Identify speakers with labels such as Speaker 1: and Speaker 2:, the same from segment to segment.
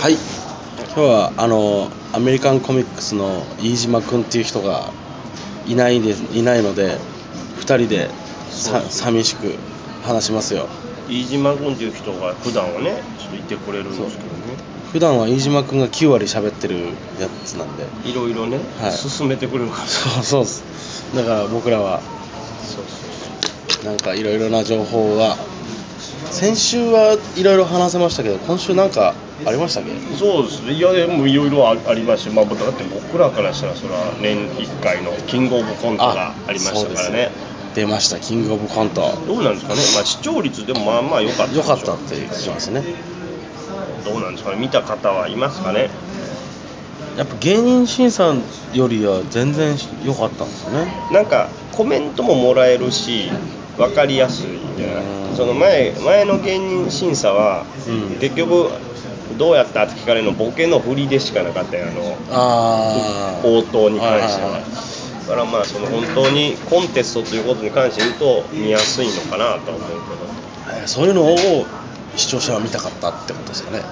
Speaker 1: はい今日はあのアメリカンコミックスの飯島君っていう人がいないでいないので2人で
Speaker 2: そ
Speaker 1: さ
Speaker 2: うです
Speaker 1: 寂しく話しますよ
Speaker 2: 飯島君っていう人が普段はねちょっといてくれるんですけどね
Speaker 1: 普段は飯島君が9割喋ってるやつなんで
Speaker 2: いろいろね、
Speaker 1: はい
Speaker 2: 進めてくれるからそう
Speaker 1: そうそうっすだから僕らは
Speaker 2: そうそ
Speaker 1: なんかいろいろな情報が先週はいろいろ話せましたけど今週なんかありましたっけ
Speaker 2: うそうですねいやでもいろいろあありましたまあだって僕らからしたらそれは年1回のキングオブコントがありましたから
Speaker 1: そう
Speaker 2: ね
Speaker 1: です出ましたキングオブコント
Speaker 2: どうなんですかね、まあ、視聴率でもまあまあ良かった
Speaker 1: 良かったって聞きますね
Speaker 2: どうなんですかね見た方はいますかね
Speaker 1: やっぱ芸人審査よりは全然良かったんですよね
Speaker 2: なんかコメントももらえるし分かりやすいみたい
Speaker 1: うん
Speaker 2: なその前前の芸人審査は、
Speaker 1: うん
Speaker 2: 結局どうやったって聞かれるのボケの振りでしかなかったよあの
Speaker 1: あ
Speaker 2: 応答に関して
Speaker 1: は
Speaker 2: はい
Speaker 1: はいは
Speaker 2: だからまあその本当にコンテストということに関して言うと見やすいのかなとは思う
Speaker 1: えーそういうのを視聴者は見たかったってことですかね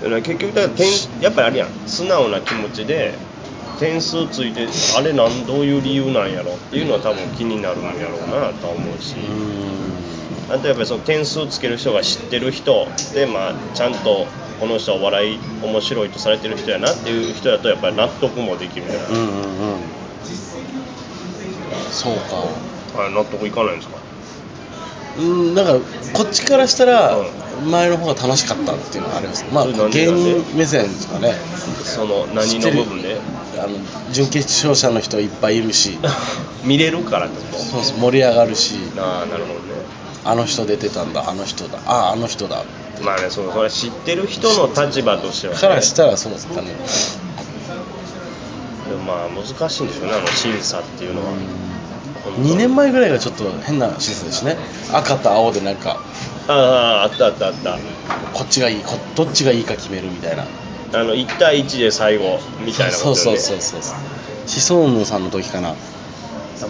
Speaker 2: けどだから結局だから点やっぱりあれやん素直な気持ちで点数ついてあれなんどういう理由なんやろっていうのは多分気になるんやろうなとは思うし、
Speaker 1: うーん
Speaker 2: あとやっぱりその点数つける人が知ってる人で、まあ、ちゃんとこの人はお笑い面白いとされてる人やなっていう人だとやっぱり納得もできるじゃな
Speaker 1: う
Speaker 2: い、
Speaker 1: んうんうんそうか
Speaker 2: あ納得いかないんですか
Speaker 1: うんだからこっちからしたら
Speaker 2: う
Speaker 1: 前の方が楽しかったっていうのはありますまあ
Speaker 2: それなんで
Speaker 1: 芸
Speaker 2: なんで
Speaker 1: 人目線ですかね
Speaker 2: その何の部分で
Speaker 1: あの準決勝者の人いっぱいいるし
Speaker 2: 見れるからってこ
Speaker 1: そうそう盛り上がるし
Speaker 2: とああなるほどね
Speaker 1: あの人出てたんだあの人だあああの人だ
Speaker 2: まあねそうそれは知ってる人の立場としては、ね、
Speaker 1: からしたらそうですかね
Speaker 2: でもまあ難しいんですよねあの審査っていうのは、
Speaker 1: 2年前ぐらいがちょっと変なシステムですね赤と青でなんか
Speaker 2: あああったあったあった
Speaker 1: こっちがいいこどっちがいいか決めるみたいな
Speaker 2: あの1対1で最後みたいなこと
Speaker 1: そ
Speaker 2: よ
Speaker 1: う
Speaker 2: ね
Speaker 1: そうそうそうシソンヌさんの時かな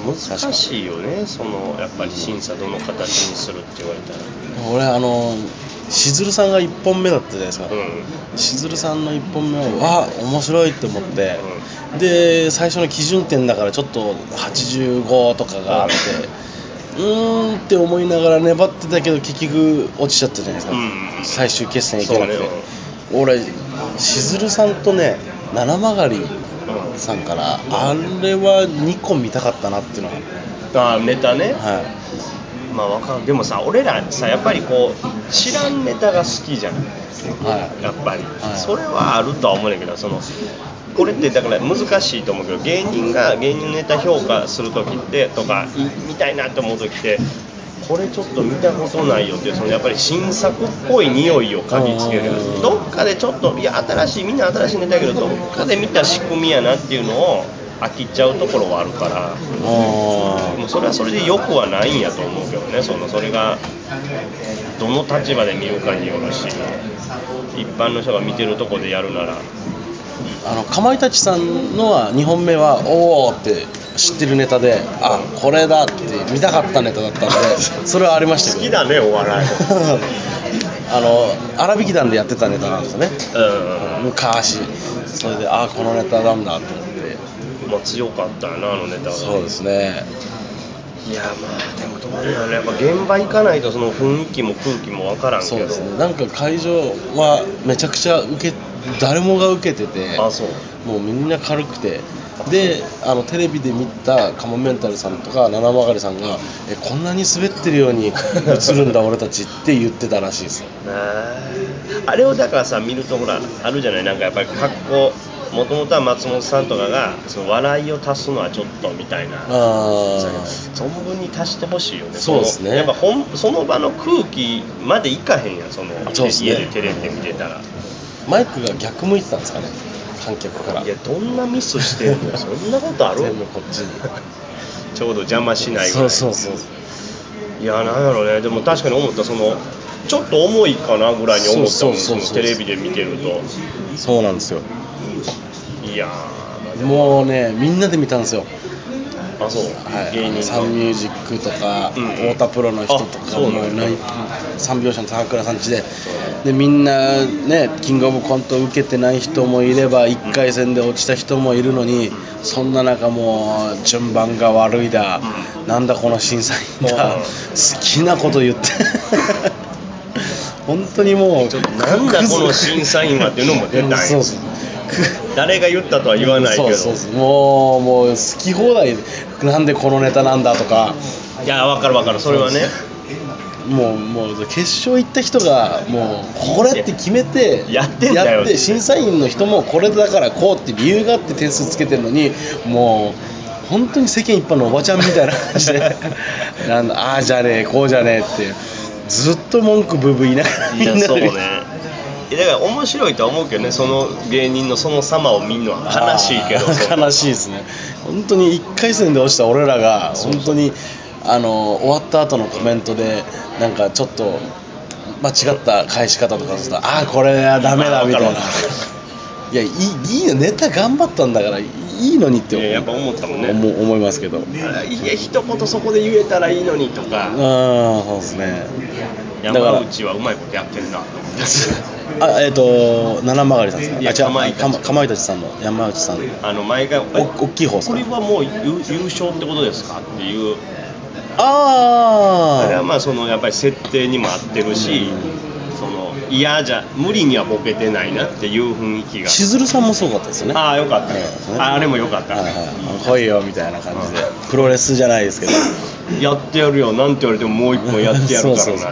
Speaker 2: 難しいよねそのやっぱり審査どの形にするって言われたら
Speaker 1: 俺あのしずるさんが1本目だったじゃないですか、
Speaker 2: うん、うん、
Speaker 1: しずるさんの1本目をわあ面白いって思って、で最初の基準点だからちょっと85とかがあってうーんって思いながら粘ってたけど結局落ちちゃったじゃないですか、
Speaker 2: うん
Speaker 1: 最終決戦いけなく
Speaker 2: そう
Speaker 1: て
Speaker 2: ね、
Speaker 1: 俺しずるさんとね七曲りさんからあれは2個見たかったなっていうのは、
Speaker 2: ああネタね
Speaker 1: はい、
Speaker 2: まあわかるでもさ俺らさやっぱりこう知らんネタが好きじゃない
Speaker 1: はい
Speaker 2: やっぱり、
Speaker 1: はい
Speaker 2: それはあるとは思うんだけどそのこれってだから難しいと思うけど芸人が芸人のネタ評価する時ってとかい見たいなって思う時ってこれちょっと見たことないよっていうそのやっぱり新作っぽい匂いを嗅ぎつける
Speaker 1: うん
Speaker 2: どっかでちょっといや新しいみんな新しいネタやけどどっかで見た仕組みやなっていうのを飽きちゃうところはあるから
Speaker 1: あ
Speaker 2: もうそれはそれでよくはないんやと思うけどねそのそれがどの立場で見るかによるし一般の人が見てるとこでやるなら
Speaker 1: あのかまいたちさんのは2本目はおおって知ってるネタであこれだって見たかったネタだったんで それはありました
Speaker 2: 好
Speaker 1: け
Speaker 2: き
Speaker 1: ど
Speaker 2: だねお笑い
Speaker 1: あの粗引き団でやってたネタなんですよね
Speaker 2: う
Speaker 1: 昔それであこのネタなんだと思って
Speaker 2: んまあ強かったよなあのネタは
Speaker 1: そうですね
Speaker 2: いやまあでもどうなんやろやっぱ現場行かないとその雰囲気も空気もわからんけ
Speaker 1: そ
Speaker 2: ど
Speaker 1: うですねなんか会場はめちゃくちゃ受け誰もが受けてて
Speaker 2: あそう
Speaker 1: もうみんな軽くてであのテレビで見たカモメンタルさんとか七曲りさんがえこんなに滑ってるように映るんだ 俺たちって言ってたらしいですよ
Speaker 2: ねえあれをだからさ見るとほらあるじゃないなんかやっぱり格好もともとは松本さんとかがその笑いを足すのはちょっとみたいな
Speaker 1: あ
Speaker 2: 存分に足してほしいよね
Speaker 1: そうですね
Speaker 2: のやっぱほんその場の空気までいかへんやんその
Speaker 1: そうですね
Speaker 2: 家でテレビで見てたら
Speaker 1: ーマイクが逆向いてたんですかね観客から
Speaker 2: いやどんなミスしてん のそんなことある
Speaker 1: 全部こっちに
Speaker 2: ちょうど邪魔しないぐらい
Speaker 1: そうそうそう
Speaker 2: いやなんやろねでも確かに思ったそのちょっと重いかなぐらいに思ったも
Speaker 1: そう
Speaker 2: ん
Speaker 1: そうそうそう
Speaker 2: そのテレビで見てると
Speaker 1: そうなんですよ
Speaker 2: いやー
Speaker 1: もうねみんなで見たんですよ
Speaker 2: あそう、
Speaker 1: はい、
Speaker 2: 芸人の
Speaker 1: サンミュージックとか、
Speaker 2: うん
Speaker 1: 太田プロの人と
Speaker 2: あ
Speaker 1: か
Speaker 2: そうなん
Speaker 1: も
Speaker 2: だ
Speaker 1: うない三拍子の高倉さんちででみんなねキングオブコント受けてない人もいれば1回戦で落ちた人もいるのに、そんな中もう順番が悪いだ、なんだこの審査員だ、
Speaker 2: うん
Speaker 1: 好きなこと言って 本当にもう
Speaker 2: なんだこの審査員はっていうのも出たんや
Speaker 1: そうそう
Speaker 2: 誰が言ったとは言わないけど
Speaker 1: そうそうそうもうもう好き放題なんでこのネタなんだとか
Speaker 2: いや分かる分かるそれはね
Speaker 1: もうもう決勝行った人がもうこれって決めて
Speaker 2: やってんだよ
Speaker 1: やって審査員の人もこれだからこうって理由があって点数つけてるのにもう本当に世間一般のおばちゃんみたいな感じで なんだああじゃねえこうじゃねえってずっと文句ブーブー言いながらみん
Speaker 2: い
Speaker 1: な
Speaker 2: や
Speaker 1: で
Speaker 2: そうねいやだから面白いとは思うけどねその芸人のその様を見るのは悲しいけど
Speaker 1: あ
Speaker 2: そ
Speaker 1: ー
Speaker 2: の
Speaker 1: 悲しいですね本当に1回戦で落ちた俺らが本当にあの終わった後のコメントでなんかちょっと間違った返し方とかするとああこれはダメだみたいな
Speaker 2: わかるわか
Speaker 1: いやいいいいよネタ頑張ったんだからいいのにって
Speaker 2: いややっ
Speaker 1: 思
Speaker 2: ぱ
Speaker 1: う
Speaker 2: 思ったもんね
Speaker 1: 思う思いますけどうん
Speaker 2: いや一言そこで言えたらいいのにとか
Speaker 1: そうですねだから
Speaker 2: 山内はうまいことやってるな
Speaker 1: あえっ、と七曲りさん
Speaker 2: い
Speaker 1: で
Speaker 2: や
Speaker 1: すかあ
Speaker 2: かま
Speaker 1: 違
Speaker 2: いうたち
Speaker 1: かまかまいたちさんの山内さん
Speaker 2: あの毎回
Speaker 1: お大きい方です
Speaker 2: こ
Speaker 1: か
Speaker 2: れはもう優優勝ってことですかっていう
Speaker 1: あ
Speaker 2: あれは
Speaker 1: あ
Speaker 2: まあそのやっぱり設定にも合ってるしその嫌じゃ無理にはボケてないなっていう雰囲気が
Speaker 1: しずるさんもすごかったですよね
Speaker 2: ああよかった、
Speaker 1: はい
Speaker 2: ああれもよかった、
Speaker 1: はいはい、来いよみたいな感じでプロレスじゃないですけど
Speaker 2: やってやるよなんて言われてももう一本やってやるか
Speaker 1: そ
Speaker 2: ら
Speaker 1: うそ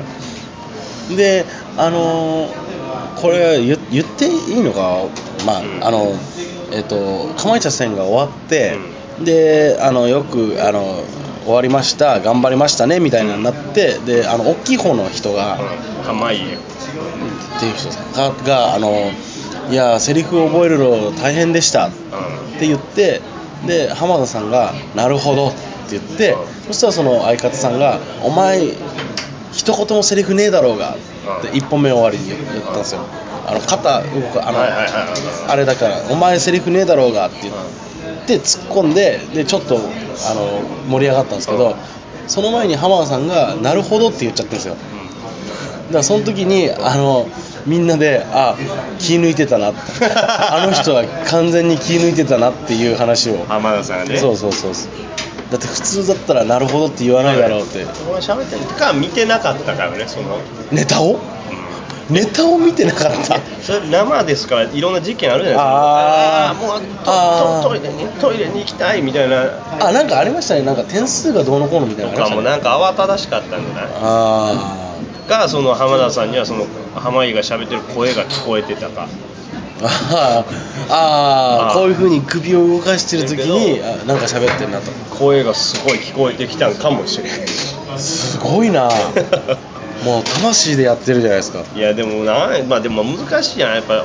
Speaker 1: う
Speaker 2: な
Speaker 1: であのーこれ言言っていいのかまあ、
Speaker 2: うん
Speaker 1: あのえっ、とかまいたちさんが終わって、であのよくあの終わりました頑張りましたねみたいなのになってであの大きい方の人が、
Speaker 2: かまいよ
Speaker 1: っていう人ががあのいやセリフを覚えるの大変でしたって言ってで浜田さんが「なるほど」って言ってそしたらその相方さんが「お前一言もセリフねえだろうが」って1本目終わりに言ったんですよあの肩動くあの、
Speaker 2: はいはいはいはい
Speaker 1: あれだから「お前セリフねえだろうが」って言って突っ込んででちょっとあの盛り上がったんですけどその前に浜田さんが「なるほど」って言っちゃってるんですよだからその時にあのみんなであ気抜いてたなってあの人は完全に気抜いてたなっていう話を
Speaker 2: 浜田さんがね
Speaker 1: そうそうそうそうだって普通だったらなるほどって言わないだろうって
Speaker 2: 俺喋ってるか見てなかったからねその、
Speaker 1: ネタを
Speaker 2: う
Speaker 1: ネタを見てなかった
Speaker 2: ん、それ生ですからいろんな事件あるじゃ
Speaker 1: あ
Speaker 2: な
Speaker 1: ー
Speaker 2: いですかあ
Speaker 1: あー
Speaker 2: あもうととトイレにトイレに行きたいみたいな
Speaker 1: あなんかありましたねなんか点数がどうのこうのみたいな
Speaker 2: と
Speaker 1: のあ
Speaker 2: か
Speaker 1: りま
Speaker 2: も
Speaker 1: したね
Speaker 2: なんか慌ただしかったんじゃない
Speaker 1: あー
Speaker 2: かその浜田さんにはその濱家が喋ってる声が聞こえてたか
Speaker 1: あーあー
Speaker 2: あー
Speaker 1: こういうふうに首を動かしてる時に
Speaker 2: け
Speaker 1: あなんか喋ってるなと
Speaker 2: 声がすごい聞こえてきたんかもしれない
Speaker 1: すごいなもう魂でやってるじゃないですか
Speaker 2: いやでもなまあでも難しいやんやっぱ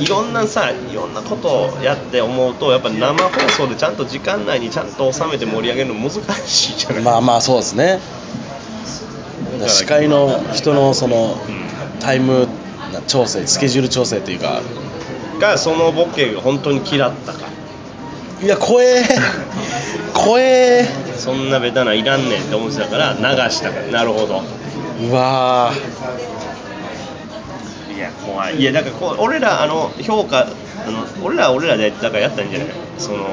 Speaker 2: いろんなさいろんなことをやって思うとやっぱ生放送でちゃんと時間内にちゃんと収めて盛り上げるの難しいじゃない、
Speaker 1: まあまあそうですね
Speaker 2: だから
Speaker 1: 司会の人のその
Speaker 2: う
Speaker 1: タイム調整スケジュール調整というか
Speaker 2: んがそのボケが本当に嫌ったか
Speaker 1: いや怖え怖え
Speaker 2: そんなベタないらんねんって思ってたから流したからなるほど
Speaker 1: うわー
Speaker 2: いや怖いいやだからこう俺らあの評価あの俺らは俺らでだからやったんじゃないその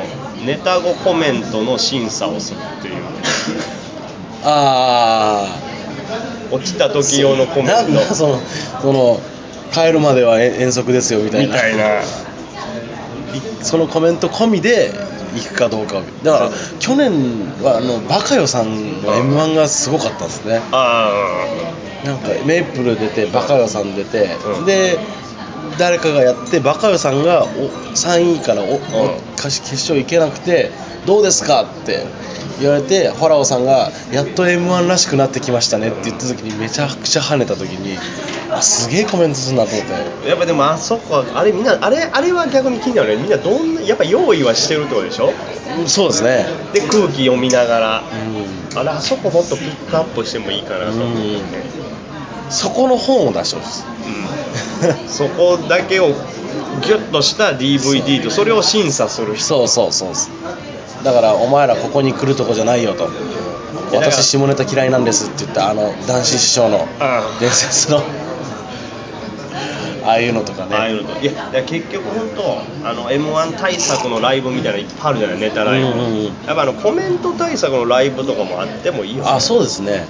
Speaker 2: ネタ後コメントの審査をするっ ていう
Speaker 1: あ
Speaker 2: 落ちた時用のコメ
Speaker 1: ー
Speaker 2: ン
Speaker 1: なんだ
Speaker 2: ト
Speaker 1: そのその帰るまではえ遠足ですよみたい
Speaker 2: み
Speaker 1: な
Speaker 2: たいな
Speaker 1: そのコメント込みで行くかどうかをだから去年はあのバカヨさんの m 1がすごかったですね
Speaker 2: あ
Speaker 1: なんかメイプル出てバカヨさん出て、
Speaker 2: うん
Speaker 1: で誰かがやってバカヨさんがお3位からお、お
Speaker 2: ん
Speaker 1: かし決勝行けなくてどうですかって言われてファラオさんがやっと m 1らしくなってきましたねって言った時にめちゃくちゃ跳ねた時にあすげえコメントするなと思って
Speaker 2: あやっぱでもあそこはあれみんなあれあれは逆に気になるねみんなどんなやっぱ用意はしてるってことでしょ
Speaker 1: うんそうですね
Speaker 2: で空気読みながら
Speaker 1: うん
Speaker 2: あれあそこもっとピックアップしてもいいかなと思うね
Speaker 1: そこの本を出してほしいです
Speaker 2: うんそこだけをギュッとした DVD とそれを審査する人
Speaker 1: そうそうそうそうだからお前らここに来るとこじゃないよと
Speaker 2: いやだから
Speaker 1: 私下ネタ嫌いなんですって言ったあの男子師匠の
Speaker 2: あ
Speaker 1: 伝説の ああいうのとか
Speaker 2: ああい
Speaker 1: ね
Speaker 2: うのといやだから結局本当あの m 1対策のライブみたいなのいっぱいあるじゃないネタライブ、
Speaker 1: うんうんうん
Speaker 2: やっぱあのコメント対策のライブとかもあってもいいよ
Speaker 1: あそうですね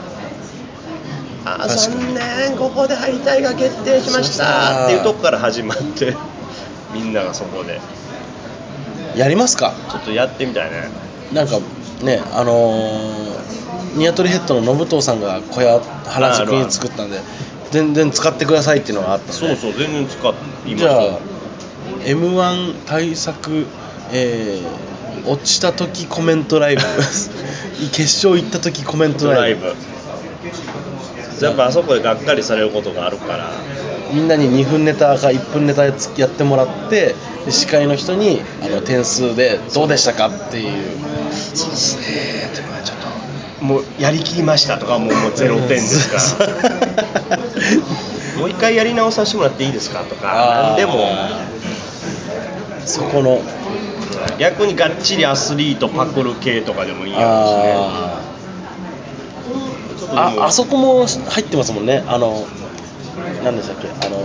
Speaker 2: あ
Speaker 1: 確か
Speaker 2: 残念ここで敗退が決定しまし
Speaker 1: そうそう
Speaker 2: たっていうとこから始まってみんながそこで
Speaker 1: やりますか
Speaker 2: ちょっとやってみたいね
Speaker 1: なんかねあのーニワトリヘッドの信藤さんが小屋原宿に作ったんで全然使ってくださいっていうのがあったんで
Speaker 2: そうそう全然使っていま
Speaker 1: じ
Speaker 2: し
Speaker 1: ゃ
Speaker 2: た
Speaker 1: あ m 1対策、えー落ちた時コメントラ イブ決勝行った時コメント
Speaker 2: ラ
Speaker 1: ライ
Speaker 2: イ
Speaker 1: ブ
Speaker 2: ブやっぱあそこでがっかりされることがあるから
Speaker 1: みんなに2分ネタか1分ネタやつやってもらってで司会の人にあの点数でどうでしたかっていう
Speaker 2: そうですねとかちょっともうやりきりましたとかもうもうゼロ点ですから もう一回やり直させてもらっていいですかとか
Speaker 1: あー
Speaker 2: 何でも
Speaker 1: そこの
Speaker 2: 逆にがっちりアスリートパクる系とかでもいいやろうしね
Speaker 1: あー
Speaker 2: ちょっとでも
Speaker 1: ああそこも入ってますもんねあの何でしたっけあの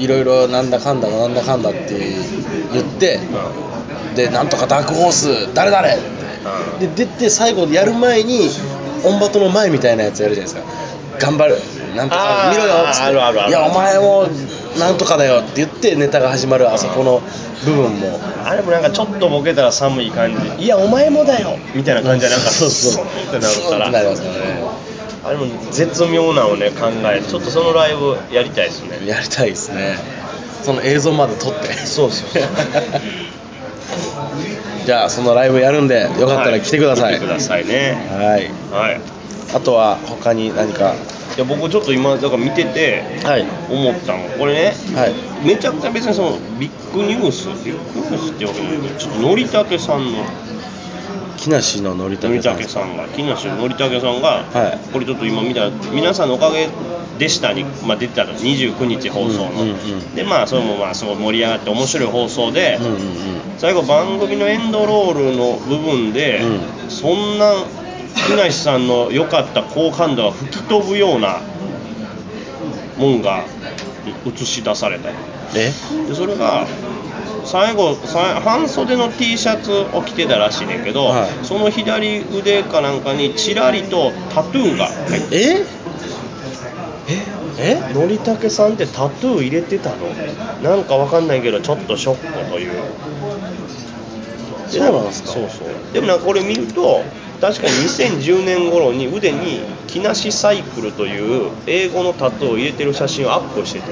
Speaker 1: いろいろなんだかんだなんだかんだって言ってでなんとかダークホース誰誰
Speaker 2: うん
Speaker 1: ってで出て最後やる前にオンバトの前みたいなやつやるじゃないですか頑張るなんとか
Speaker 2: あー
Speaker 1: 見ろよっつって
Speaker 2: あるあるある
Speaker 1: いやお前もなんとかだよって言ってネタが始まるあそこの部分も
Speaker 2: あれもなんかちょっとボケたら寒い感じいやお前もだよみたいな感じでなんか
Speaker 1: そうそう
Speaker 2: スンってなるから
Speaker 1: スンってなりますよね
Speaker 2: あれも絶妙なのをね考えてちょっとそのライブやりたいですね
Speaker 1: やりたいですねその映像まで撮って
Speaker 2: そうそう
Speaker 1: じゃあそのライブやるんでよかったら来てくださ
Speaker 2: はい来てくださいね
Speaker 1: はい
Speaker 2: はい
Speaker 1: あとは他に何か
Speaker 2: いや僕ちょっと今だから見てて
Speaker 1: はい
Speaker 2: 思ったのこれね
Speaker 1: はい
Speaker 2: めちゃくちゃ別にそのビッグニュースビッグニュースってわけじゃないけどちょっとのりたけさんの
Speaker 1: 木梨ののりた
Speaker 2: の
Speaker 1: け
Speaker 2: り
Speaker 1: さ
Speaker 2: た
Speaker 1: ん
Speaker 2: けさんが木梨のりたけさんが、
Speaker 1: はい
Speaker 2: これちょっと今見たら皆さんのおかげでしたに、まあ、出てたの29日放送の、
Speaker 1: うんうんうん
Speaker 2: でまあそれもまあすごい盛り上がって面白い放送で、
Speaker 1: うんうんうん
Speaker 2: 最後番組のエンドロールの部分で、
Speaker 1: う
Speaker 2: そんな木梨さんの良かった好感度が吹き飛ぶようなもんが映し出されたり
Speaker 1: え
Speaker 2: でそれが最後さ半袖の T シャツを着てたらしいねんけど、
Speaker 1: はい
Speaker 2: その左腕かなんかにちらりとタトゥーが
Speaker 1: ええ
Speaker 2: のりたけさんってタトゥー入れてたのなんかわかんないけどちょっとショックという
Speaker 1: そうなんですか
Speaker 2: そうそうでもなんかこれ見ると確かに2010年頃に腕に木梨サイクルという英語のタトゥーを入れてる写真をアップしてて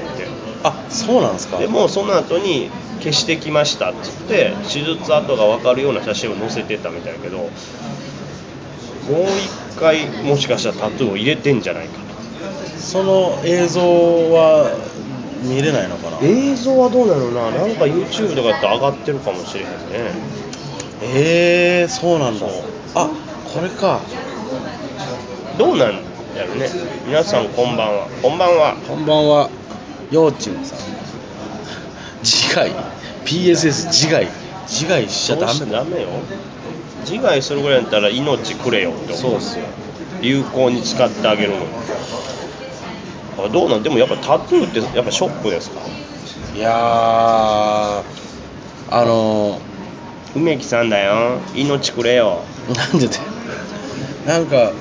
Speaker 1: あそうなんですか
Speaker 2: でもその後に消してきましたっつって手術跡が分かるような写真を載せてたみたいだけどもう一回もしかしたらタトゥーを入れてんじゃないか
Speaker 1: その映像は見れないのかな
Speaker 2: な映像はどうなのななんか YouTube とかだと上がってるかもしれへんね
Speaker 1: えー、そうなんだ
Speaker 2: そう
Speaker 1: あこれか
Speaker 2: どうなんやろね皆さんこんばんはこんばんは
Speaker 1: こんばんはようちんさん自害 PSS 自害自害しちゃダ
Speaker 2: そうし
Speaker 1: メ
Speaker 2: ダメよ自害するぐらいだったら命くれよって思
Speaker 1: そうっすよ
Speaker 2: 有効に使ってあげるのにあどうなんでもやっぱタトゥーってやっぱショックですか
Speaker 1: いやーあの
Speaker 2: 梅木さんだよ命くれよ
Speaker 1: ー、なんでだよなんか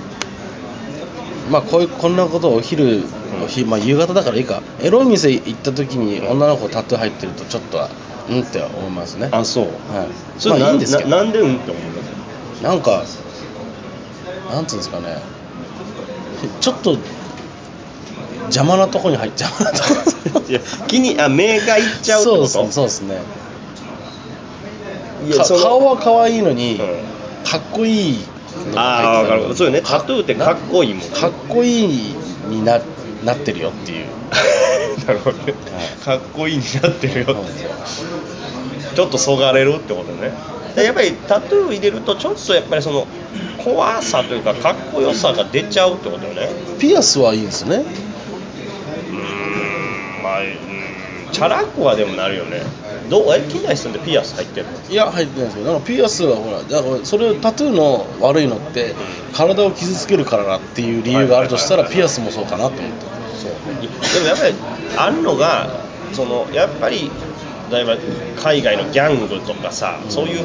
Speaker 1: まあこういうこんなことをお昼、お昼まあ、夕方だからいいかエロい店行った時に女の子タトゥー入ってるとちょっとはうんって思いますねは
Speaker 2: あそう
Speaker 1: い
Speaker 2: それ
Speaker 1: まあ
Speaker 2: なん
Speaker 1: いいんですけど
Speaker 2: ななんでうんって思うの
Speaker 1: なんか、なんつうんですかね、ちょっと邪魔なとこに入っちゃうなとこ
Speaker 2: いや気にあ目がいっちゃうって
Speaker 1: そうですね、
Speaker 2: こと
Speaker 1: そうですね。
Speaker 2: いや
Speaker 1: か
Speaker 2: その
Speaker 1: 顔は可愛いのに、
Speaker 2: うん
Speaker 1: かっこいいのが
Speaker 2: ああ
Speaker 1: 入
Speaker 2: 分
Speaker 1: っ
Speaker 2: か
Speaker 1: て
Speaker 2: るそうよねタトゥーってかっ こいいもん
Speaker 1: かっこいいにななってるよっていう。
Speaker 2: なるほどねかっこいいになってるよ
Speaker 1: そうですよ
Speaker 2: ちょっとそがれるってことねでやっぱりタトゥー入れるとちょっとやっぱりその怖さというかかっこよさが出ちゃうってことよね
Speaker 1: ピアスはいいんですね。
Speaker 2: うーんまあうーんチャラッコはでもなるよねどうえ金田一さんってピアス入ってるの
Speaker 1: いや入ってないですけどあのピアスはほらだからそれタトゥーの悪いのって体を傷つけるからだっていう理由があるとしたら
Speaker 2: はい
Speaker 1: ピアスもそうかなと思って
Speaker 2: そうでもやっぱりあるのがそのやっぱり例えば海外のギャングとかさ、そういう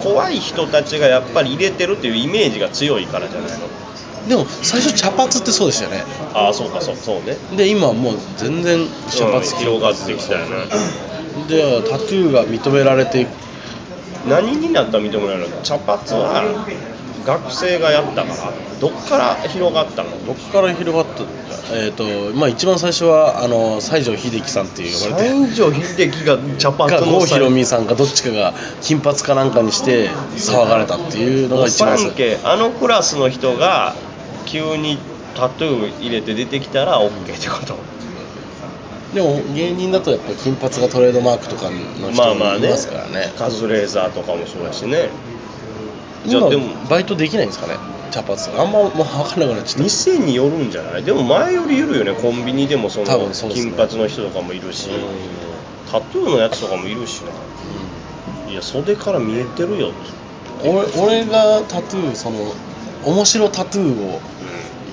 Speaker 2: 怖い人たちがやっぱり入れてるっていうイメージが強いからじゃないの
Speaker 1: でも最初茶髪ってそうでしたよね
Speaker 2: ああそうかそうそうね
Speaker 1: で今はもう全然茶
Speaker 2: うん
Speaker 1: 髪
Speaker 2: 広がってきたよね
Speaker 1: でタトゥーが認められていく
Speaker 2: 何になったら認められるの茶髪は学生がやったからどっから広がったの
Speaker 1: どっから広がったえっ、とまあ一番最初はあの西城秀樹さんっていう呼ばれて
Speaker 2: 三条秀樹が茶髪
Speaker 1: か
Speaker 2: の
Speaker 1: 郷ひろみさんかどっちかが金髪かなんかにして騒がれたっていうのが一番最
Speaker 2: お
Speaker 1: 初
Speaker 2: っさん系あのクラスの人が急にタトゥー入れて出てきたら OK ってこと
Speaker 1: でも芸人だとやっぱり金髪がトレードマークとかの
Speaker 2: まあ
Speaker 1: 人
Speaker 2: ま
Speaker 1: も
Speaker 2: あ
Speaker 1: い
Speaker 2: ね
Speaker 1: ますからね,、
Speaker 2: カズレーザーとかもそうだしねじ
Speaker 1: じゃ
Speaker 2: ゃあ
Speaker 1: あ
Speaker 2: で
Speaker 1: で
Speaker 2: も
Speaker 1: もバイトできないんですかね茶髪あんまもう分かんなくなっちゃった
Speaker 2: 店によるんじゃないでも前よりよるよねコンビニでもその
Speaker 1: 多分そうですね
Speaker 2: 金髪の人とかもいるし、タトゥーのやつとかもいるしないや袖から見えてるよ、
Speaker 1: 俺俺がタトゥーその面白タトゥーを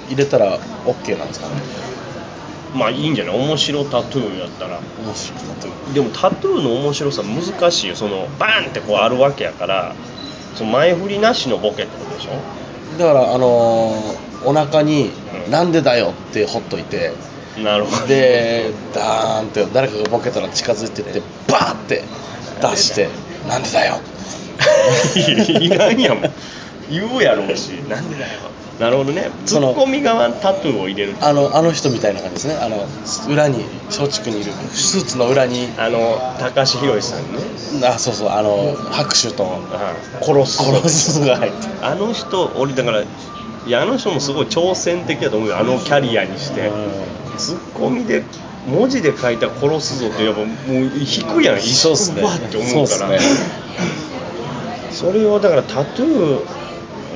Speaker 1: 入れたら OK なんですかね
Speaker 2: まあいいんじゃない面白タトゥーやったら
Speaker 1: 面白タトゥー
Speaker 2: でもタトゥーの面白さ難しいよそのバーンってこうあるわけやからその前振りなしのボケってことでしょ
Speaker 1: だからあのーお腹に「
Speaker 2: うん
Speaker 1: なんでだよ」ってほっといて
Speaker 2: なるほど
Speaker 1: でダーンって誰かがボケたら近づいてってバーって出して「なんでだよ」
Speaker 2: いらんやもん言うやろうしなんでだよなるほどねツ
Speaker 1: その
Speaker 2: ッコミ側タトゥーを入れる
Speaker 1: あのあの人みたいな感じですねあの裏に松竹にいるスーツの裏に
Speaker 2: あの高橋宏さんね、
Speaker 1: あそうそうあの拍手と
Speaker 2: 殺す
Speaker 1: 殺すのが入って
Speaker 2: あの人俺だからいやあの人もすごい挑戦的だと思うよあのキャリアにしてツッコミで文字で書いた「殺すぞ」ってやっぱもう低いやん一
Speaker 1: そうっすね
Speaker 2: うわって思うから
Speaker 1: そうっすね
Speaker 2: それをだからタトゥー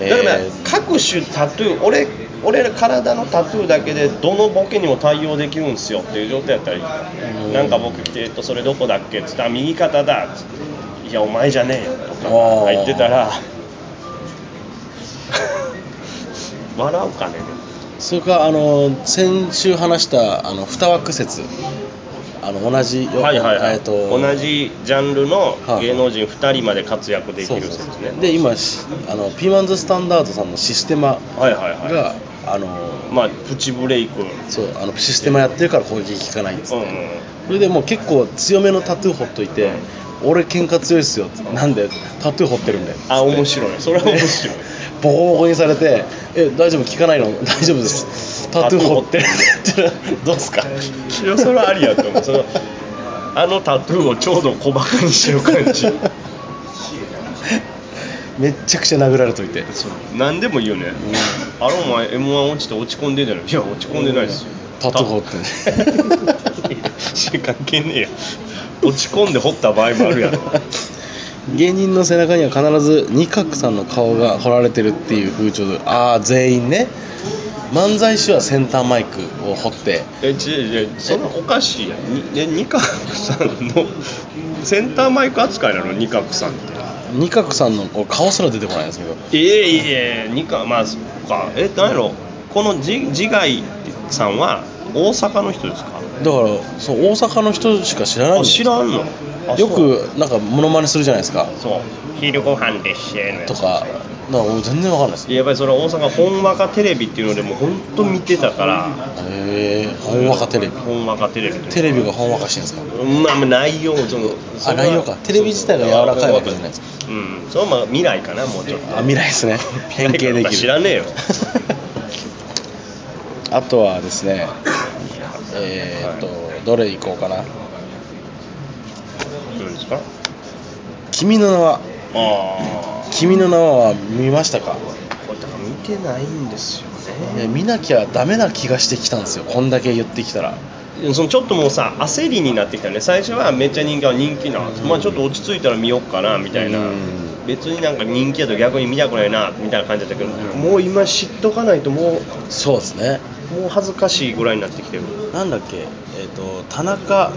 Speaker 1: ね
Speaker 2: だから各種タトゥー俺俺ら体のタトゥーだけでどのボケにも対応できるんですよっていう状態やったらいい
Speaker 1: うん
Speaker 2: なんか僕来て「えっとそれどこだっけ?」っつったら「右肩だ」つって「いやお前じゃねえよ」とか
Speaker 1: あー
Speaker 2: 入ってたら笑うかね
Speaker 1: それかあの先週話したあの二枠説あの同じよ
Speaker 2: はいはいはい、
Speaker 1: えーと
Speaker 2: 同じジャンルの
Speaker 1: はい
Speaker 2: 芸能人2人まで活躍でき
Speaker 1: そう
Speaker 2: る
Speaker 1: そう
Speaker 2: 説
Speaker 1: そう
Speaker 2: ね
Speaker 1: で今しあのピーマンズスタンダードさんのシステマ
Speaker 2: はいはいはい
Speaker 1: があの
Speaker 2: まあプチブレイク、うん
Speaker 1: そうあのシステマやってるから攻撃効かないんです
Speaker 2: うん
Speaker 1: それでもう結構強めのタトゥーほっといて俺喧嘩強いっすよってなんでタトゥー掘ってるんだよ
Speaker 2: あ面白いそれは面白い
Speaker 1: ボコボコにされて「え大丈夫聞かないの大丈夫ですタトゥー掘ってる」ってな どうっすか
Speaker 2: いやそれはありやと思うそのあのタトゥーをちょうど小バカにして る感じ
Speaker 1: めっちゃくちゃ殴られといて
Speaker 2: 何でも言うね、あれお前 m 1落ちて落ち込んでんじゃないいや落ち込んでないですよ
Speaker 1: タトゥー掘ってね
Speaker 2: し関係ねえよ落ち込んで掘った場合もある やろ
Speaker 1: 芸人の背中には必ず二角さんの顔が彫られてるっていう風潮でああ全員ね漫才師はセンターマイクを彫って
Speaker 2: え違う違うそんなおかしいやんにえ二角さんのセンターマイク扱いなの二角さんって
Speaker 1: 二角さんのこう顔すら出てこないんですけど
Speaker 2: いえいえ二角まあそっかえ何やろこのじ自害さんは大阪の人ですか
Speaker 1: だからそう大阪の人しか知らないん
Speaker 2: あ
Speaker 1: です
Speaker 2: 知
Speaker 1: よ
Speaker 2: らんのあ
Speaker 1: よ
Speaker 2: そう
Speaker 1: くなんかモノマネするじゃないですか
Speaker 2: そう昼ご飯です
Speaker 1: とかだから俺全然わかんないです
Speaker 2: やっぱりそれは大阪本わかテレビっていうのでもう本当見てたから
Speaker 1: へえほんわかテレビ
Speaker 2: 本わかテレビって
Speaker 1: テレビがほんわかしてるんですか
Speaker 2: まあまあ内容そのそ
Speaker 1: あ
Speaker 2: れは
Speaker 1: 内容かテレビ自体が柔らかいわけじゃないですか
Speaker 2: うんそれはまあ未来かなもうちょっと
Speaker 1: あ未来ですね変形できる
Speaker 2: 知らねえよ
Speaker 1: あとはですねえーっと、どれいこうかな
Speaker 2: どうですか
Speaker 1: 「君の名は
Speaker 2: ああ
Speaker 1: 君の名は」見ましたか
Speaker 2: これだから見てないんですよ
Speaker 1: いや見なきゃダメな気がしてきたんですよこんだけ言ってきたら
Speaker 2: ねそのちょっともうさ焦りになってきたね最初はめっちゃ人気は人気な、まあちょっと落ち着いたら見よっかなみたいな、
Speaker 1: うん
Speaker 2: 別になんか人気やと逆に見たくないなみたいな感じだったけど、もう今知っとかないとも
Speaker 1: そうですね
Speaker 2: うもう恥ずかしいぐらいになってきてる
Speaker 1: なんだっけえーっ、と田中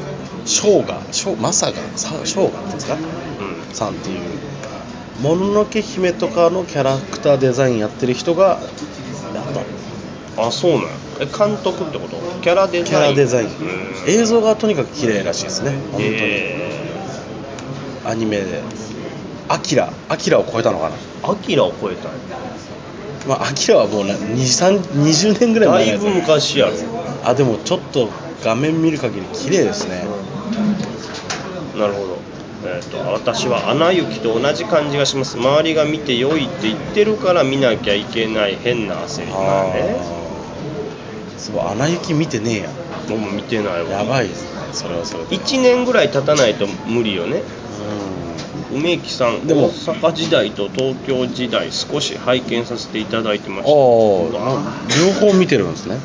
Speaker 1: 生姜生まさがさ生姜ですか
Speaker 2: うん
Speaker 1: さんっていうもののけ姫とかのキャラクターデザインやってる人がやったの
Speaker 2: あそうなんやえ監督ってことキャラデザイン
Speaker 1: キャラデザイン
Speaker 2: うん
Speaker 1: 映像がとにかく綺麗らしいですね本当に、
Speaker 2: え
Speaker 1: アニメでアキラアキラを超えたのかな
Speaker 2: ー、アキラを超えたんや
Speaker 1: まあアキラはもうな23 20年ぐらい
Speaker 2: だ
Speaker 1: 前
Speaker 2: い
Speaker 1: の
Speaker 2: ぶ
Speaker 1: やつ
Speaker 2: 昔やろ
Speaker 1: あでもちょっと画面見る限り綺麗ですね
Speaker 2: なるほどえっ、と私は「アナ雪」と同じ感じがします周りが見て良いって言ってるから見なきゃいけない変な焦りまあ
Speaker 1: あ
Speaker 2: ね
Speaker 1: あすごい穴行き見てね
Speaker 2: もう見てない
Speaker 1: え
Speaker 2: わ
Speaker 1: ややばいですねそれはそれで
Speaker 2: 1年ぐらい経たないと無理よね
Speaker 1: う
Speaker 2: 梅木さん
Speaker 1: でも
Speaker 2: 大阪時代と東京時代少し拝見させていただいてました
Speaker 1: んあ
Speaker 2: わ
Speaker 1: あ両方見てるんですね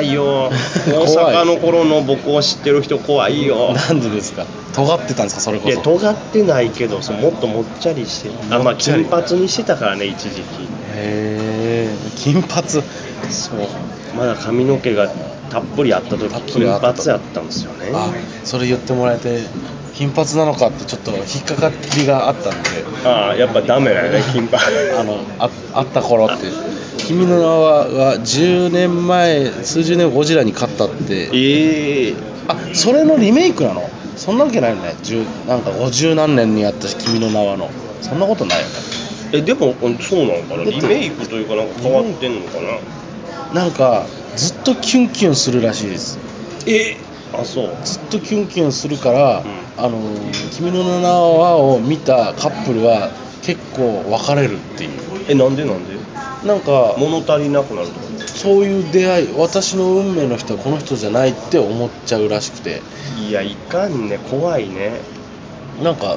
Speaker 2: いよ
Speaker 1: 怖
Speaker 2: 大
Speaker 1: い
Speaker 2: 阪の頃の僕を知ってる人怖いよ
Speaker 1: なんでですか尖ってたんですかそれこ
Speaker 2: いや
Speaker 1: そ
Speaker 2: 尖ってないけどそうもっともっちゃりしてあまあ金髪にしてたからね一時期
Speaker 1: へえ金髪そう
Speaker 2: まだ髪の毛がたっぷりあった時
Speaker 1: たっぷ
Speaker 2: 金
Speaker 1: りあった
Speaker 2: 髪やったんですよね
Speaker 1: あそれ言ってもらえて金髪なのかってちょっと引っかかりがあったんで
Speaker 2: ああやっぱダメだよね金髪
Speaker 1: あのああった頃って君の名は10年前数十年後ゴジラに勝ったって
Speaker 2: ええ
Speaker 1: あそれのリメイクなのそんなわけないよね10なんか50何年にやったし君の名はのそんなことないよね
Speaker 2: えでもうんそうなのかなリメイクというかなんか変わってんのかな
Speaker 1: なんかずっとキュンキュンするらしいです
Speaker 2: えあそう
Speaker 1: ずっとキュンキュンするから「
Speaker 2: う
Speaker 1: あの君の名は」を見たカップルは結構別れるっていう
Speaker 2: えなんでなんで
Speaker 1: なんか
Speaker 2: 物足りなくなるとか
Speaker 1: そういう出会い私の運命の人はこの人じゃないって思っちゃうらしくて
Speaker 2: いやいかんね怖いね
Speaker 1: なんか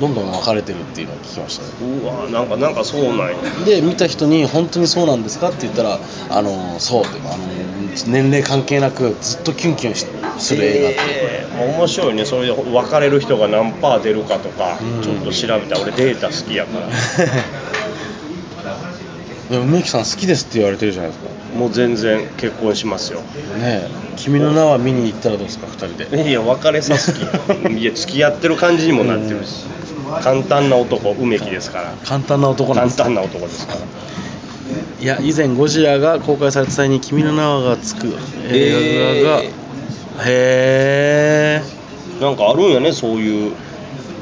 Speaker 1: どんどん別れてるっていうのを聞きましたね
Speaker 2: うわなんかなんかそうなんや
Speaker 1: で見た人に「本当にそうなんですか?」って言ったら「あのそう」ってあの年齢関係なくずっとキュンキュンしする映画って、
Speaker 2: えー面白いねそれで別れる人が何パー出るかとか、
Speaker 1: うん
Speaker 2: ちょっと調べた俺データ好きやから
Speaker 1: でも梅木さん好きですって言われてるじゃないですか
Speaker 2: もう全然結婚しますよ
Speaker 1: ねえ君の名は見に行ったらどうですか2人で
Speaker 2: いや別れさすき いや付き合ってる感じにもなってるし簡単な男梅木ですから
Speaker 1: 簡単な男なん
Speaker 2: 簡
Speaker 1: です
Speaker 2: 単な男ですから
Speaker 1: いや以前ゴジラが公開された際に「君の名は」がつく映画が、
Speaker 2: え
Speaker 1: へえ
Speaker 2: なんかあるんやねそういう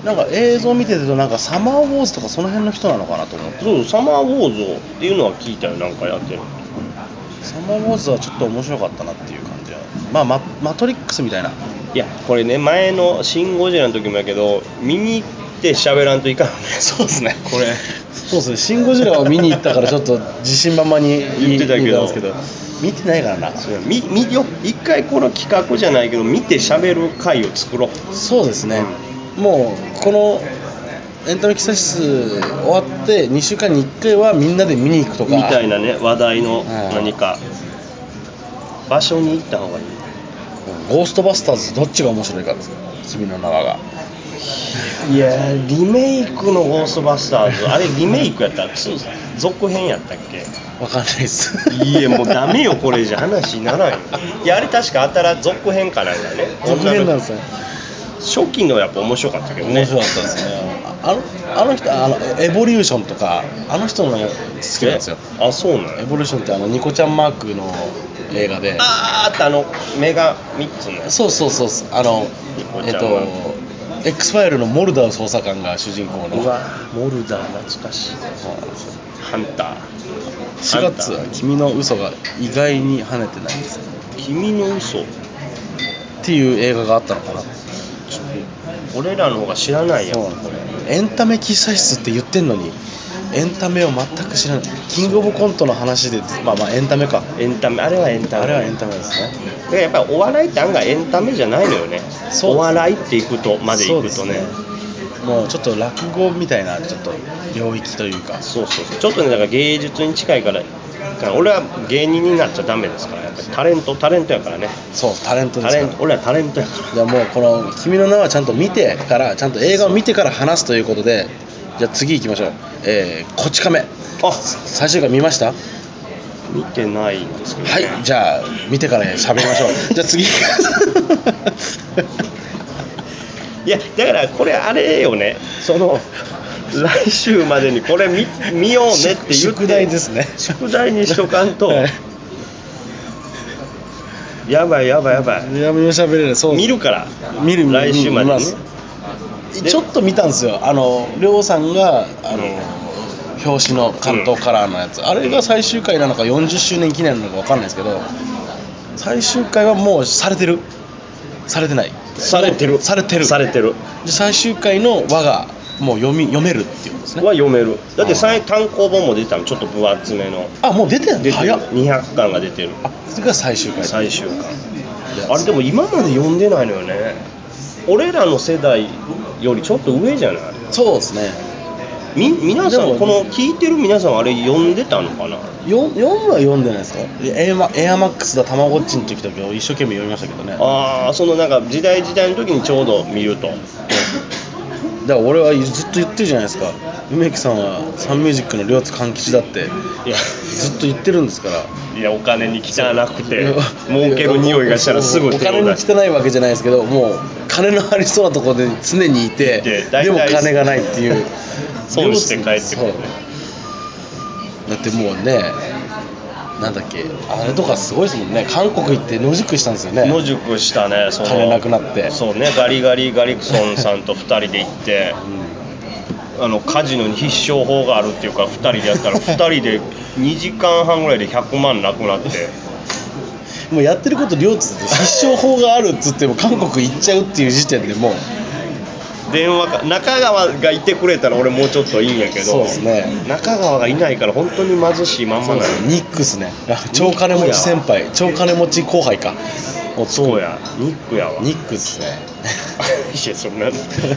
Speaker 1: なんか映像見てるとなんかサマーウォーズとかその辺の人なのかなと思って
Speaker 2: そうサマーウォーズをっていうのは聞いたよなんかやってる
Speaker 1: サマーウォーズはちょっと面白かったなっていう感じはまあママトリックスみたいない
Speaker 2: やこれね前の「シン・ゴジラ」の時もやけど見に行って喋らんといかんねそうですねこれ
Speaker 1: そうですね「シン・ゴジラ」を見に行ったからちょっと自信満々に
Speaker 2: 言ってたけど
Speaker 1: んですけど見てないからな
Speaker 2: それみみよ一回この企画じゃないけど見て喋る回を作ろう
Speaker 1: そうですね、もうこのエンタメ記者室終わって2週間に1回はみんなで見に行くとか
Speaker 2: みたいなね話題の何か、場所に行った方がいい
Speaker 1: ゴーストバスターズどっちが面白いかです君の名が
Speaker 2: いやーリメイクの「ゴーストバスターズ」あれリメイクやったら続編やったっけ
Speaker 1: わかんないです
Speaker 2: いいえもうダメよこれじゃ話にならんよいやあれ確か新続編かなんかね
Speaker 1: 続編なんですね
Speaker 2: 初期のやっぱ面白かったけどね
Speaker 1: 面白かったですねあのあの人あのエボリューションとかあの人の好きなんですよ
Speaker 2: えあそうなの
Speaker 1: エボリューションってあのニコちゃんマークの映画で
Speaker 2: あーってあの目が3つのやつ
Speaker 1: そうそうそうそうあの
Speaker 2: ニコ
Speaker 1: え
Speaker 2: ち
Speaker 1: っ
Speaker 2: ゃんマーク
Speaker 1: と X ファイルのモルダウ捜査官が主人公の
Speaker 2: うわモルダー懐かしい
Speaker 1: そうなんです
Speaker 2: ハンター
Speaker 1: 4月は君の嘘が意外に跳ねてないんです
Speaker 2: 君の嘘ちょ
Speaker 1: っていう映画があったのかな
Speaker 2: っと俺らの方が知らないやん
Speaker 1: そうなんですエンタメ喫茶室って言ってんのにエンタメを全く知らないキングオブコントの話でまあまあエンタメか
Speaker 2: エンタメあれはエンタメ
Speaker 1: あれはエンタメですね
Speaker 2: だからやっぱりお笑いって案外エンタメじゃないのよね
Speaker 1: すね
Speaker 2: お笑いっていくとまでい
Speaker 1: そう
Speaker 2: くとね
Speaker 1: ですねもうちょっと落語みたいなちょっと領域というか
Speaker 2: そうそうそうちょっとねだから芸術に近いから俺は芸人になっちゃダメですからやっぱりタレントタレントやからね
Speaker 1: そうタレントで
Speaker 2: タ
Speaker 1: す
Speaker 2: レ
Speaker 1: か
Speaker 2: ン
Speaker 1: ら
Speaker 2: ト俺はタレントやから
Speaker 1: じゃあもうこの「君の名は」ちゃんと見てからちゃんと映画を見てから話すということでじゃあ次行きましょうえー、こち亀
Speaker 2: あ
Speaker 1: 最終回見ました
Speaker 2: 見てないんですけど、ね、
Speaker 1: はい、じゃあ見てから喋りましょう。じゃあ次。
Speaker 2: いやだからこれあれよねその来週までにこれ 見見ようねって言って
Speaker 1: 宿題ですね
Speaker 2: 宿題にしとかん と、
Speaker 1: はい
Speaker 2: やばいやばいやばい
Speaker 1: 南のしゃべれるそう
Speaker 2: 見るから
Speaker 1: 見る見る
Speaker 2: 来週まで
Speaker 1: 見ま
Speaker 2: にね
Speaker 1: すちょっと見たんですよあの亮さんがあの、表紙の関東カラーのやつ、あれが最終回なのか40周年記念なのか分かんないですけど最終回はもうされてるされてない
Speaker 2: されてる
Speaker 1: されてる
Speaker 2: されてる
Speaker 1: で最終回の和がもう読み読めるっていうんですね
Speaker 2: は読めるだって
Speaker 1: あ
Speaker 2: 最
Speaker 1: ー
Speaker 2: 単行本も出たのちょっと分厚めの
Speaker 1: あもう出てる
Speaker 2: 出てる
Speaker 1: 早っ
Speaker 2: 200巻が出てる
Speaker 1: あそれが最終回
Speaker 2: 最終巻
Speaker 1: あ
Speaker 2: あれでも今まで読んでないのよね俺らの世代よりちょっと上じゃない
Speaker 1: そうですね
Speaker 2: み皆さ
Speaker 1: で
Speaker 2: ん
Speaker 1: も
Speaker 2: この聞いてる皆さんあれ読んでたのかな
Speaker 1: よ読むは読んでないですかエアマエアマックスだたまごっちの時とかを一生懸命読みましたけどね
Speaker 2: ああそのなんか時代時代の時にちょうど見ると
Speaker 1: だから俺はずっと言ってるじゃないですか梅木さんはサンミュージックの両津勘吉だって
Speaker 2: いや
Speaker 1: ずっと言ってるんですから
Speaker 2: いやお金に汚く
Speaker 1: い
Speaker 2: て
Speaker 1: や
Speaker 2: 儲ける匂いがしたらすぐ
Speaker 1: お
Speaker 2: 手
Speaker 1: 金
Speaker 2: を
Speaker 1: に
Speaker 2: 出し
Speaker 1: 汚いわけじゃないですけどもう金のありそうなところで常にいて
Speaker 2: いて大体
Speaker 1: でも金がないっていう
Speaker 2: 損して帰ってくるね
Speaker 1: そうだってもうねなんだっけあれとかすごいですもんね韓国行って野宿したんですよね
Speaker 2: 野宿したねその
Speaker 1: 金なくなって
Speaker 2: そうねガリガリガリクソンさんと2人で行ってあのカジノに必勝法があるっていうから2人でやっ たら2人で2時間半ぐらいで100万なくなって
Speaker 1: もうやってること両津で必勝法があるっつっても韓国行っちゃうっていう時点でもう
Speaker 2: 電話か中川がいてくれたら俺もうちょっといいんやけど
Speaker 1: そうですね
Speaker 2: 中川がいないから本当に貧しいまんまなの
Speaker 1: ニックスねあ超金持ち先輩超金持ち後輩かお
Speaker 2: そうやニックやわい
Speaker 1: ニックスね
Speaker 2: やそんな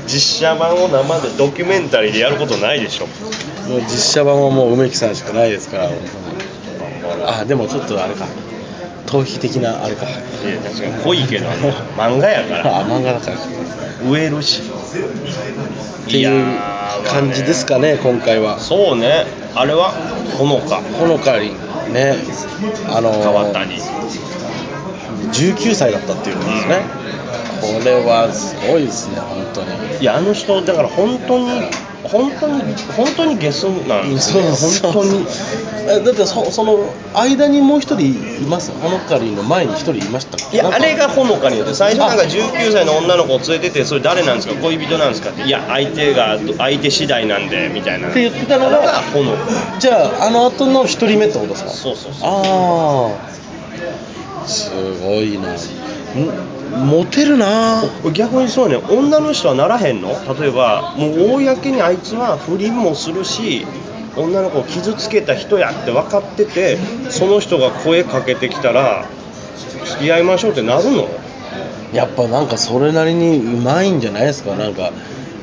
Speaker 2: 実写版を生でドキュメンタリーでやることないでしょ
Speaker 1: もう実写版はもう梅木さんしかないですから本当にあでもちょっとあれか逃避的なあれか
Speaker 2: いや確かに濃いけどあの漫画やから
Speaker 1: あ漫画だからっ
Speaker 2: 植えるし
Speaker 1: ていう感じですかね今回は
Speaker 2: そうねあれはほのか
Speaker 1: ほのかにねあの
Speaker 2: 川谷
Speaker 1: 19歳だったっていうんですね、これはすごいですね本当に
Speaker 2: いやあの人だから本当に本当に本当にゲスなんです
Speaker 1: そう
Speaker 2: ね
Speaker 1: そう
Speaker 2: 本当に
Speaker 1: えだってそその間にもう一人いますほのかりの前に一人いましたっ
Speaker 2: い
Speaker 1: け
Speaker 2: や
Speaker 1: なんか
Speaker 2: あれがほのかによって最初なんか19歳の女の子を連れててそれ誰なんですか恋人なんですかっていや相手が相手次第なんでみたいな
Speaker 1: って言ってたの
Speaker 2: あれが
Speaker 1: が
Speaker 2: ほのか
Speaker 1: じゃああの後の一人目ってことですか
Speaker 2: そうそうそう
Speaker 1: ああすごいなんモテるな
Speaker 2: 逆にそうね女の人はならへんの例えばもう公にあいつは不倫もするし女の子を傷つけた人やって分かっててその人が声かけてきたら付き合いましょうってなるの
Speaker 1: やっぱなんかそれなりにうまいんじゃないですかなんか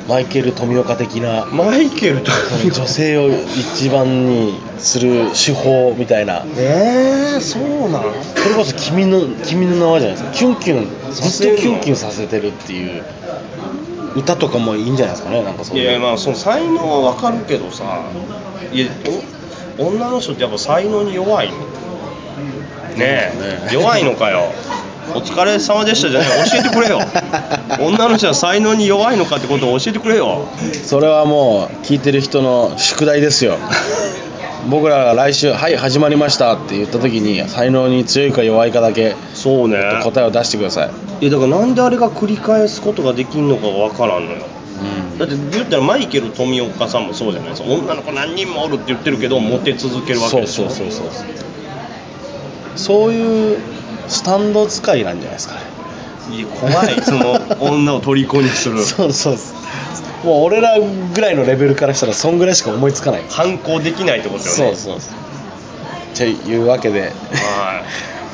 Speaker 1: マイケル富岡的な
Speaker 2: マイケルと
Speaker 1: 女性を一番にする手法みたいな
Speaker 2: えー、そうなん
Speaker 1: それこそ君の君の名はじゃないですかキュンキュンずっとキュンキュンさせてるっていう歌とかもいいんじゃないですかねなんかそう
Speaker 2: い
Speaker 1: いう
Speaker 2: やいやまあその才能は分かるけどさいやお女の人ってやっぱ才能に弱いのねえ
Speaker 1: ね
Speaker 2: 弱いのかよお疲れ様でしたじゃない教えてく れよ女の人は才能に弱いのかってことを教えてくれよ
Speaker 1: それはもう聞いてる人の宿題です よ僕らが来週「はい始まりました」って言った時に才能に強いか弱いかだけ
Speaker 2: そうね
Speaker 1: 答えを出してください、
Speaker 2: いやだからなんであれが繰り返すことができんのかが分からんのよだって言ったらマイケル富岡さんもそうじゃないですか女の子何人もおるって言ってるけどモテ続けるわけ
Speaker 1: そう
Speaker 2: でし
Speaker 1: そ
Speaker 2: ょ
Speaker 1: うそうそうそういうスタンド使いなんじゃないですかね
Speaker 2: いや怖いその女を虜にする
Speaker 1: そうそうもう俺らぐらいのレベルからしたらそんぐらいしか思いつかない
Speaker 2: 反抗できないってことよね
Speaker 1: そうそうそうというわけで
Speaker 2: は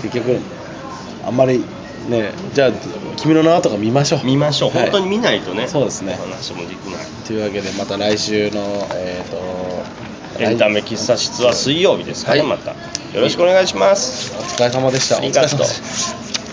Speaker 1: 結局あんまりねじゃあ「君の名は」とか見ましょう
Speaker 2: い見ましょう、
Speaker 1: はい
Speaker 2: 本当に見ないとね
Speaker 1: そうですね
Speaker 2: 話もできない
Speaker 1: というわけでまた来週のえっ、と
Speaker 2: エンタメ
Speaker 1: 来
Speaker 2: 喫茶室は水曜日ですから、
Speaker 1: はい
Speaker 2: またよろしくお願いします
Speaker 1: お疲れ様でした
Speaker 2: ありがと
Speaker 1: お疲
Speaker 2: う
Speaker 1: れ様でした